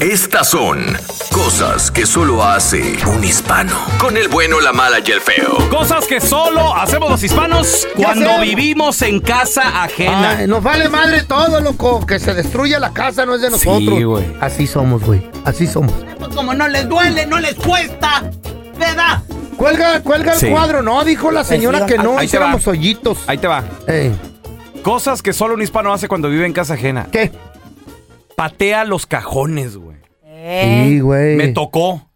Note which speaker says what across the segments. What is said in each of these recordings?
Speaker 1: Estas son cosas que solo hace un hispano. Con el bueno, la mala y el feo.
Speaker 2: Cosas que solo hacemos los hispanos cuando
Speaker 3: sé.
Speaker 2: vivimos en casa ajena.
Speaker 3: Ay, Ah, nos vale madre todo, loco. Que se destruya la casa no es de
Speaker 2: Sí,
Speaker 3: nosotros.
Speaker 2: güey.
Speaker 3: Así somos, güey. Así somos.
Speaker 4: Pues Como no les duele, no les cuesta. ¿Verdad?
Speaker 3: Cuelga, cuelga el
Speaker 2: Sí.
Speaker 3: cuadro, ¿no? Dijo la señora que no
Speaker 2: Pues Ahí te
Speaker 3: hiciéramos
Speaker 2: va.
Speaker 3: hoyitos. Eh,
Speaker 2: Ahí te va.
Speaker 3: Ey,
Speaker 2: Cosas que solo un hispano hace cuando vive en casa ajena.
Speaker 3: ¿Qué?
Speaker 2: Patea los cajones, güey.
Speaker 5: Eh.
Speaker 3: Sí, güey.
Speaker 2: Eh. Me tocó.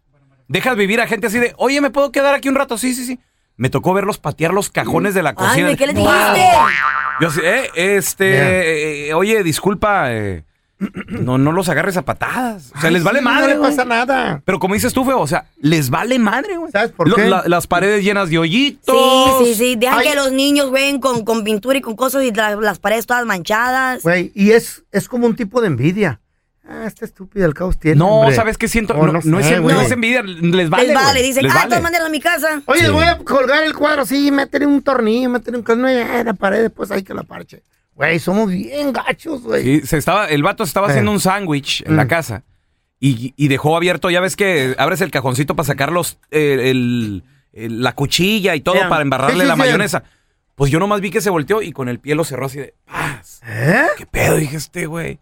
Speaker 2: Dejas vivir a gente así de, oye, ¿me puedo quedar aquí un rato? Sí, sí, sí. Me tocó verlos patear los cajones de la
Speaker 5: Ay,
Speaker 2: cocina.
Speaker 5: ¿de qué le dijiste?
Speaker 2: Yo así, eh, este,
Speaker 3: Yeah.
Speaker 2: eh, eh, oye, disculpa, eh, no, no los agarres a patadas. O sea, les
Speaker 3: Sí,
Speaker 2: vale
Speaker 3: No
Speaker 2: madre,
Speaker 3: le
Speaker 2: güey.
Speaker 3: pasa nada.
Speaker 2: Pero como dices tú, feo, o sea, les vale madre, güey.
Speaker 3: ¿Sabes por
Speaker 2: Lo-
Speaker 3: qué?
Speaker 2: la- las paredes llenas de
Speaker 5: Sí,
Speaker 2: hoyitos.
Speaker 5: sí, sí. Deja
Speaker 3: Ay.
Speaker 5: que los niños jueguen con, con pintura y con cosas y la- las paredes todas manchadas.
Speaker 2: Pues,
Speaker 3: Güey, y es, es como un tipo de envidia. Ah, este estúpido al caos tiene.
Speaker 2: No,
Speaker 3: hombre.
Speaker 2: ¿sabes qué siento?
Speaker 3: Oh,
Speaker 2: no, no es,
Speaker 3: sé,
Speaker 2: no
Speaker 3: güey.
Speaker 2: es envidia, les vale.
Speaker 5: les vale,
Speaker 2: güey.
Speaker 5: dicen,
Speaker 2: Les
Speaker 5: ah,
Speaker 2: vale.
Speaker 5: todas maneras a mi casa.
Speaker 3: Oye,
Speaker 2: Sí.
Speaker 3: voy a colgar el cuadro, sí, meter un tornillo, meter un cuadro en la pared, después hay que la parche. Güey, somos bien gachos, güey.
Speaker 2: Sí, se estaba, el vato se estaba
Speaker 3: Eh.
Speaker 2: haciendo un sándwich en la
Speaker 3: Mm.
Speaker 2: casa y, y dejó abierto, ya ves que abres el cajoncito para sacar los, eh, el- el- la cuchilla y todo
Speaker 3: Yeah.
Speaker 2: para
Speaker 3: Sí,
Speaker 2: embarrarle
Speaker 3: sí,
Speaker 2: la
Speaker 3: sí.
Speaker 2: mayonesa. Pues yo nomás vi que se volteó y con el pie lo cerró así de, ¡paz!
Speaker 3: ¿Eh?
Speaker 2: ¿Qué pedo? Dije este güey.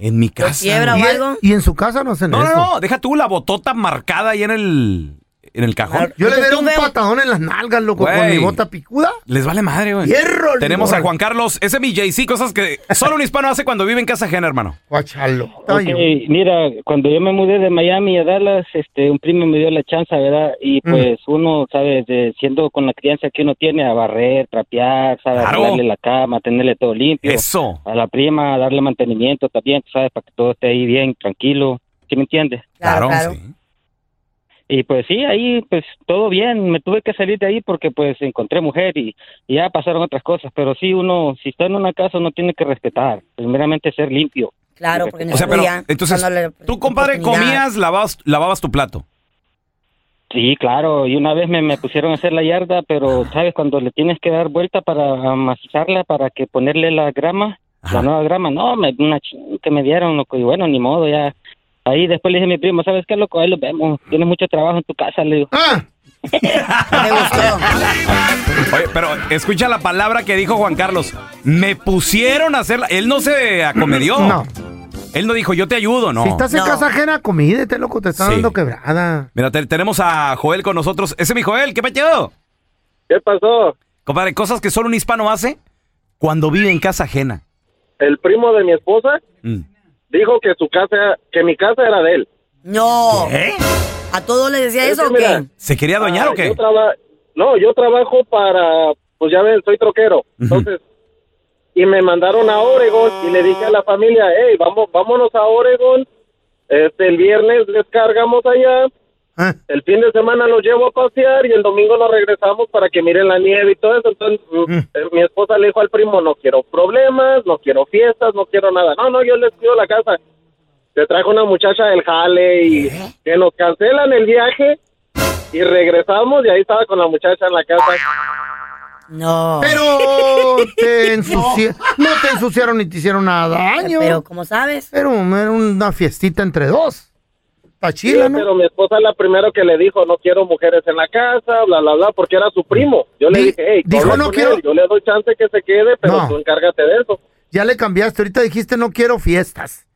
Speaker 2: En mi casa.
Speaker 5: quiebra,
Speaker 2: güey.
Speaker 5: ¿o
Speaker 3: ¿Y,
Speaker 5: algo?
Speaker 3: y en su casa no hacen
Speaker 2: No,
Speaker 3: eso.
Speaker 2: no, no, deja tú la botota marcada ahí en el, en el cajón.
Speaker 3: Yo le
Speaker 5: Entonces,
Speaker 3: daré
Speaker 5: tú
Speaker 3: un
Speaker 5: veo-
Speaker 3: patadón en las nalgas, loco, con
Speaker 2: Güey.
Speaker 3: mi bota picuda.
Speaker 2: Les vale madre, güey.
Speaker 3: Hierro,
Speaker 2: Tenemos
Speaker 3: limón.
Speaker 2: a Juan Carlos, ese es mi JC, cosas que solo un hispano hace cuando vive en casa ajena, hermano.
Speaker 3: Guachalo.
Speaker 6: Ok, mira, cuando yo me mudé de Miami a Dallas, este, un primo me dio la chance, ¿verdad? Y
Speaker 3: Mm.
Speaker 6: pues uno, ¿sabes? De- siendo con la crianza que uno tiene, a barrer, trapear, ¿sabes?
Speaker 2: Claro.
Speaker 6: Darle la cama, tenerle todo limpio.
Speaker 2: Eso.
Speaker 6: A la prima, darle mantenimiento también, ¿sabes? Para que todo esté ahí bien, tranquilo. ¿Sí me entiendes?
Speaker 5: Claro, claro.
Speaker 2: sí.
Speaker 6: Y pues sí, ahí pues todo bien, me tuve que salir de ahí porque pues encontré mujer y, y ya pasaron otras cosas, pero sí uno, si está en una casa uno tiene que respetar, primeramente ser limpio.
Speaker 5: Claro, porque en
Speaker 2: O sea,
Speaker 5: el
Speaker 2: pero
Speaker 5: día,
Speaker 2: entonces
Speaker 5: dándole
Speaker 2: tú, compadre,
Speaker 5: oportunidad.
Speaker 2: comías, lavabas, lavabas tu plato.
Speaker 6: Sí, claro, y una vez me, me pusieron a hacer la yarda, pero sabes, cuando le tienes que dar vuelta para amasarla, para que ponerle la grama,
Speaker 2: Ajá.
Speaker 6: la nueva grama, no, me, una ch- que me dieron, loco, y bueno, ni modo, ya. Ahí después le dije a mi primo, ¿sabes qué, loco? Ahí lo vemos, tienes mucho trabajo en tu casa, le digo.
Speaker 3: Ah,
Speaker 5: Me gustó.
Speaker 2: Oye, pero escucha la palabra que dijo Juan Carlos. Me pusieron a hacerla. Él no se acomedió.
Speaker 3: no.
Speaker 2: Él no dijo, yo te ayudo, no.
Speaker 3: Si estás en
Speaker 5: No.
Speaker 3: casa ajena, comídete, loco, te están
Speaker 2: Sí.
Speaker 3: dando quebrada.
Speaker 2: Mira, te- tenemos a Joel con nosotros. Ese es mi Joel, ¿qué pacheco?
Speaker 7: ¿Qué pasó?
Speaker 2: Compadre, cosas que solo un hispano hace cuando vive en casa ajena.
Speaker 7: El primo de mi esposa
Speaker 2: Mm.
Speaker 7: dijo que su casa, que mi casa era de él.
Speaker 5: No.
Speaker 2: ¿Eh?
Speaker 5: ¿A todos les decía
Speaker 7: Es
Speaker 5: eso
Speaker 7: que
Speaker 5: o
Speaker 7: mira,
Speaker 5: qué?
Speaker 2: ¿Se quería adueñar
Speaker 7: Ah,
Speaker 2: o qué?
Speaker 7: yo traba- no, yo trabajo para, pues ya ven, soy troquero. Entonces, y me mandaron a Oregon y le dije a la familia, hey, vamos, vámonos a Oregon. Este, el viernes descargamos allá,
Speaker 3: Ah,
Speaker 7: el fin de semana los llevo a pasear y el domingo nos regresamos para que miren la nieve y todo eso. Entonces,
Speaker 3: Mm.
Speaker 7: eh, mi esposa le dijo al primo, no quiero problemas, no quiero fiestas, no quiero nada. No, no, yo les pido la casa. Se trajo una muchacha del jale y que nos cancelan el viaje y regresamos y ahí estaba con la muchacha en la casa.
Speaker 3: Ah,
Speaker 5: No.
Speaker 3: Pero te ensuciaron. No. te ensuciaron ni te hicieron nada daño.
Speaker 5: Pero, ¿cómo sabes?
Speaker 3: Era, un- era una fiestita entre dos. Tachila, ¿no?
Speaker 7: Pero mi esposa es la primero que le dijo, no quiero mujeres en la casa, bla, bla, bla, porque era su primo. Yo le
Speaker 3: Di-
Speaker 7: dije, hey,
Speaker 3: dijo,
Speaker 7: habla
Speaker 3: "No
Speaker 7: con
Speaker 3: quiero-
Speaker 7: él, yo le doy chance que se quede, pero
Speaker 3: No.
Speaker 7: tú encárgate de eso.
Speaker 3: Ya le cambiaste. Ahorita dijiste no quiero fiestas.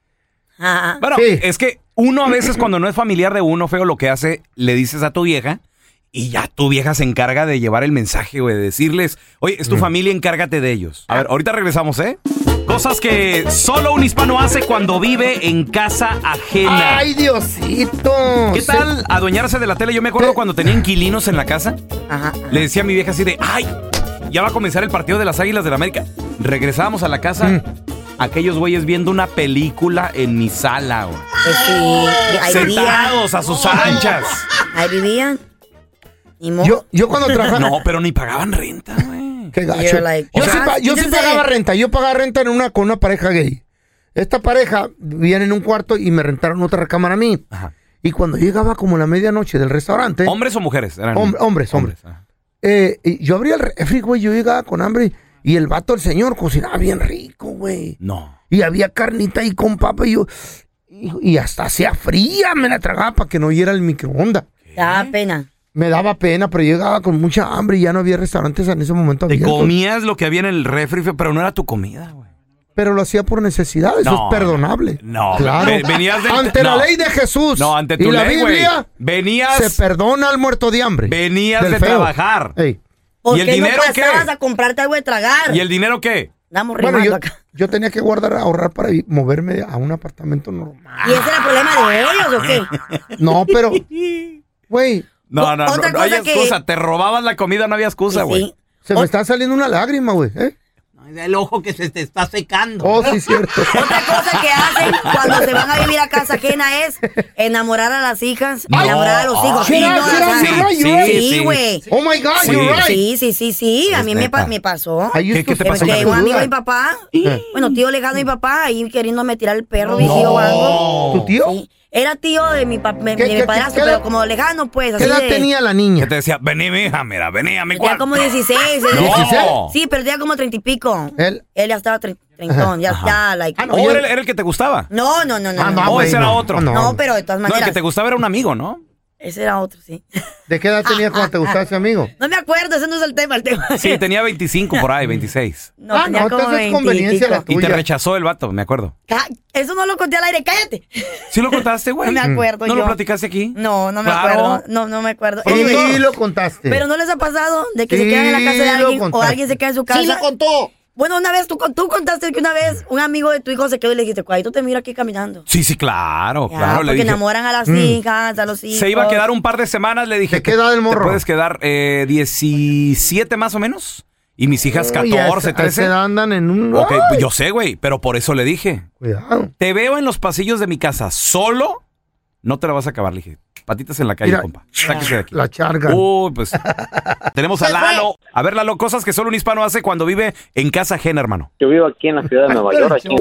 Speaker 5: Ah,
Speaker 2: Bueno,
Speaker 3: Sí.
Speaker 2: es que uno a veces cuando no es familiar de uno, feo, lo que hace, le dices a tu vieja y ya tu vieja se encarga de llevar el mensaje, güey, de decirles, oye,
Speaker 3: Mm.
Speaker 2: es tu familia, encárgate de ellos. A ver, ahorita regresamos, ¿eh? Cosas que solo un hispano hace cuando vive en casa ajena.
Speaker 3: Ay, Diosito.
Speaker 2: ¿Qué tal adueñarse de la tele? Yo me acuerdo cuando tenía inquilinos en la casa,
Speaker 5: ajá, ajá.
Speaker 2: le decía a mi vieja así de, ay, ya va a comenzar el partido de las Águilas del América. Regresábamos a la casa,
Speaker 3: Mm.
Speaker 2: aquellos güeyes viendo una película en mi sala, güey.
Speaker 5: Pues sí, ahí vivían.
Speaker 2: Sentados a sus anchas.
Speaker 5: Ahí vivían. Ni modo.
Speaker 3: Yo, yo cuando trabajaba.
Speaker 2: No, pero ni pagaban renta, güey.
Speaker 3: Qué gacho.
Speaker 5: you're like,
Speaker 3: yo sí,
Speaker 5: "Ah,
Speaker 3: pa- yo sí
Speaker 5: quítense".
Speaker 3: pagaba renta. Yo pagaba renta en una, con una pareja gay. Esta pareja vivían en un cuarto y me rentaron otra recámara a mí.
Speaker 2: Ajá.
Speaker 3: Y cuando llegaba como la medianoche del restaurante,
Speaker 2: ¿Hombres o mujeres? Eran
Speaker 3: Hom- hombres, hombres.
Speaker 2: ajá.
Speaker 3: eh, y yo abría el refri, güey. Yo llegaba con hambre y el vato, el señor, cocinaba bien rico, güey.
Speaker 2: No.
Speaker 3: Y había carnita y con papa y yo... hijo, y hasta hacía fría, me la tragaba para que no hiera el microondas.
Speaker 5: Te daba pena.
Speaker 3: Me daba pena, pero yo llegaba con mucha hambre y ya no había restaurantes en ese momento.
Speaker 2: Te
Speaker 3: abiertos.
Speaker 2: comías lo que había en el refri, fe- pero no era tu comida, güey.
Speaker 3: Pero lo hacía por necesidad, eso
Speaker 2: No,
Speaker 3: es perdonable.
Speaker 2: no,
Speaker 3: claro.
Speaker 2: ve- venías de-
Speaker 3: ante
Speaker 2: no.
Speaker 3: la ley de Jesús.
Speaker 2: No, ante
Speaker 3: y
Speaker 2: tu
Speaker 3: la
Speaker 2: ley, güey.
Speaker 3: Biblia
Speaker 2: Venías-
Speaker 3: se perdona al muerto de hambre.
Speaker 2: Venías
Speaker 3: del
Speaker 2: de
Speaker 3: feo.
Speaker 2: trabajar.
Speaker 3: Ey.
Speaker 5: ¿Por
Speaker 2: ¿Y el
Speaker 5: qué
Speaker 2: dinero
Speaker 5: no
Speaker 2: qué?
Speaker 5: pasabas a comprarte algo de tragar?
Speaker 2: ¿Y el dinero qué?
Speaker 5: Andamos
Speaker 3: Bueno,
Speaker 5: rimando
Speaker 3: yo,
Speaker 5: acá.
Speaker 3: yo tenía que guardar, ahorrar para ir- moverme a un apartamento normal.
Speaker 5: ¿Y ese era el problema de ellos o qué?
Speaker 3: No, pero, güey,
Speaker 2: No,
Speaker 5: O-
Speaker 2: no, no,
Speaker 5: otra
Speaker 2: no había
Speaker 5: cosa que-
Speaker 2: excusa. Te robabas la comida, no había excusa, güey.
Speaker 5: Sí.
Speaker 3: se
Speaker 5: O-
Speaker 3: me está saliendo una lágrima, güey. ¿eh?
Speaker 4: El ojo que se te está secando.
Speaker 3: Oh, sí, cierto.
Speaker 5: Otra cosa que hacen cuando se van a vivir a casa ajena es enamorar a las hijas,
Speaker 2: No.
Speaker 5: enamorar a los hijos.
Speaker 3: Sí,
Speaker 5: Sí,
Speaker 3: no,
Speaker 5: no,
Speaker 3: sí,
Speaker 5: las
Speaker 3: sí,
Speaker 5: hacen.
Speaker 3: sí,
Speaker 5: Sí, güey.
Speaker 3: Oh my God,
Speaker 2: Sí.
Speaker 3: you're right.
Speaker 5: Sí, sí, sí, sí, a mí me, pa-
Speaker 2: neta.
Speaker 5: me pasó.
Speaker 3: I used
Speaker 2: ¿Qué- qué
Speaker 3: to
Speaker 2: te
Speaker 5: Que-
Speaker 2: pasó,
Speaker 5: que
Speaker 2: Carmen?
Speaker 5: un amigo de mi papá, bueno, tío lejano de mi papá, ahí queriéndome tirar el perro, mi tío o algo.
Speaker 3: ¿Tu tío?
Speaker 5: Sí, Era tío de mi, pap- de
Speaker 3: ¿Qué-
Speaker 5: mi
Speaker 3: qué-
Speaker 5: padrastro,
Speaker 3: qué edad-
Speaker 5: pero como lejano, pues.
Speaker 3: ¿Qué
Speaker 5: así
Speaker 3: edad
Speaker 5: de-
Speaker 3: tenía la
Speaker 2: Que
Speaker 3: niña?
Speaker 2: te decía, vení, mija, mira, vení a mi
Speaker 5: Tenía
Speaker 2: cuarto.
Speaker 5: como 16. ¿eh?
Speaker 2: No.
Speaker 5: Sí, pero tenía como 30 y pico.
Speaker 3: Él-
Speaker 5: Él ya estaba tre- treintón, ya, ya, like.
Speaker 2: Ah, no,
Speaker 3: Oye,
Speaker 2: era, el, era el que te gustaba.
Speaker 5: No, no, no, no.
Speaker 3: Ah,
Speaker 5: no.
Speaker 2: no,
Speaker 3: güey,
Speaker 2: ese era otro.
Speaker 3: no.
Speaker 5: No, pero de todas
Speaker 2: No, el
Speaker 5: maneras.
Speaker 2: que te gustaba era un amigo, ¿no?
Speaker 5: Ese era otro, sí.
Speaker 3: ¿De qué edad
Speaker 4: Ah,
Speaker 3: tenía cuando te gustaba ese amigo?
Speaker 5: No me acuerdo, ese no es el tema, el tema.
Speaker 2: Sí, tenía 25 por ahí, 26.
Speaker 5: No,
Speaker 3: Ah,
Speaker 5: tenía
Speaker 3: no,
Speaker 5: como
Speaker 3: entonces es
Speaker 5: 20 y
Speaker 3: conveniencia
Speaker 5: pico.
Speaker 3: la
Speaker 2: Y te
Speaker 3: Tuya.
Speaker 2: rechazó el vato, me acuerdo.
Speaker 5: Ca- Eso no lo conté al aire, cállate.
Speaker 2: ¿Sí lo contaste, güey?
Speaker 5: No me acuerdo
Speaker 2: ¿No lo
Speaker 5: yo.
Speaker 2: platicaste aquí?
Speaker 5: No, no me
Speaker 2: Claro.
Speaker 5: acuerdo. No, no me acuerdo.
Speaker 3: Y
Speaker 5: Anyway,
Speaker 3: sí lo contaste.
Speaker 5: pero no les ha pasado de que
Speaker 3: Sí,
Speaker 5: se quedan en la casa de
Speaker 3: lo
Speaker 5: alguien o
Speaker 3: contaste.
Speaker 5: alguien se queda en su casa.
Speaker 4: contó.
Speaker 5: Bueno, una vez tú, con- tú contaste que una vez un amigo de tu hijo se quedó y le dijiste, "Cuadrito, te miro aquí caminando."
Speaker 2: Sí, sí, claro,
Speaker 5: Ya,
Speaker 2: claro. Le
Speaker 5: porque
Speaker 2: dije,
Speaker 5: enamoran a las hijas, a los hijos.
Speaker 2: se iba a quedar un par de semanas, le dije.
Speaker 3: ¿De qué edad el morro?
Speaker 2: Te puedes quedar eh, 17 más o menos. Y mis hijas
Speaker 3: Uy,
Speaker 2: 14,
Speaker 3: a esa- a esa
Speaker 2: 13.
Speaker 3: edad andan en un...
Speaker 2: Ok,
Speaker 3: ¡Ay!
Speaker 2: pues yo sé, güey, pero por eso le dije.
Speaker 3: Cuidado.
Speaker 2: Te veo en los pasillos de mi casa solo. No te la vas a acabar, le dije. Patitas en la calle,
Speaker 3: Mira,
Speaker 2: compa. Sáquese de aquí.
Speaker 3: La charga.
Speaker 2: Uy, pues. Tenemos a Lalo. A ver, Lalo, cosas que solo un hispano hace cuando vive en casa ajena, hermano.
Speaker 7: Yo vivo aquí en la ciudad de Nueva York, aquí.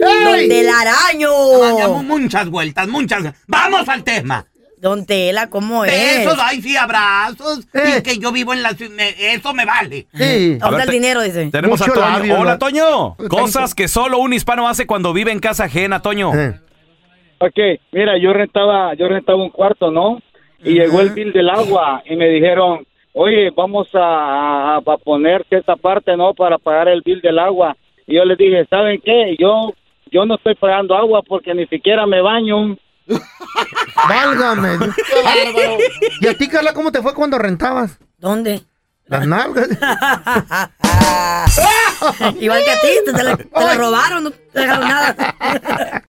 Speaker 5: Don Del araño.
Speaker 4: Damos muchas vueltas, muchas. Vamos al tema.
Speaker 5: Don Tela, ¿cómo es?
Speaker 4: Besos, ay, sí, abrazos.
Speaker 3: Eh.
Speaker 4: Y que yo vivo en la ciudad. Eso me vale.
Speaker 3: Sí.
Speaker 5: Ahorita
Speaker 2: A ver,
Speaker 5: el
Speaker 2: te-
Speaker 5: dinero, dice.
Speaker 2: Tenemos
Speaker 3: Mucho
Speaker 2: a Toño.
Speaker 3: labio,
Speaker 2: Hola,
Speaker 3: la-
Speaker 2: Toño.
Speaker 3: Tengo-
Speaker 2: Cosas que solo un hispano hace cuando vive en casa ajena, Toño.
Speaker 3: Eh.
Speaker 7: Ok, mira, yo rentaba, yo rentaba un cuarto, ¿no? Y llegó el bill del agua y me dijeron, oye, vamos a, a- a poner cierta parte, ¿no? Para pagar el bill del agua. Y yo les dije, ¿saben qué? Yo, yo no estoy pagando agua porque ni siquiera me baño.
Speaker 3: Válgame. ¿Y a ti, Carla, cómo te fue cuando rentabas?
Speaker 5: ¿Dónde?
Speaker 3: Las nalgas.
Speaker 5: Igual que a ti, te, te la, te la robaron, no te dejaron nada.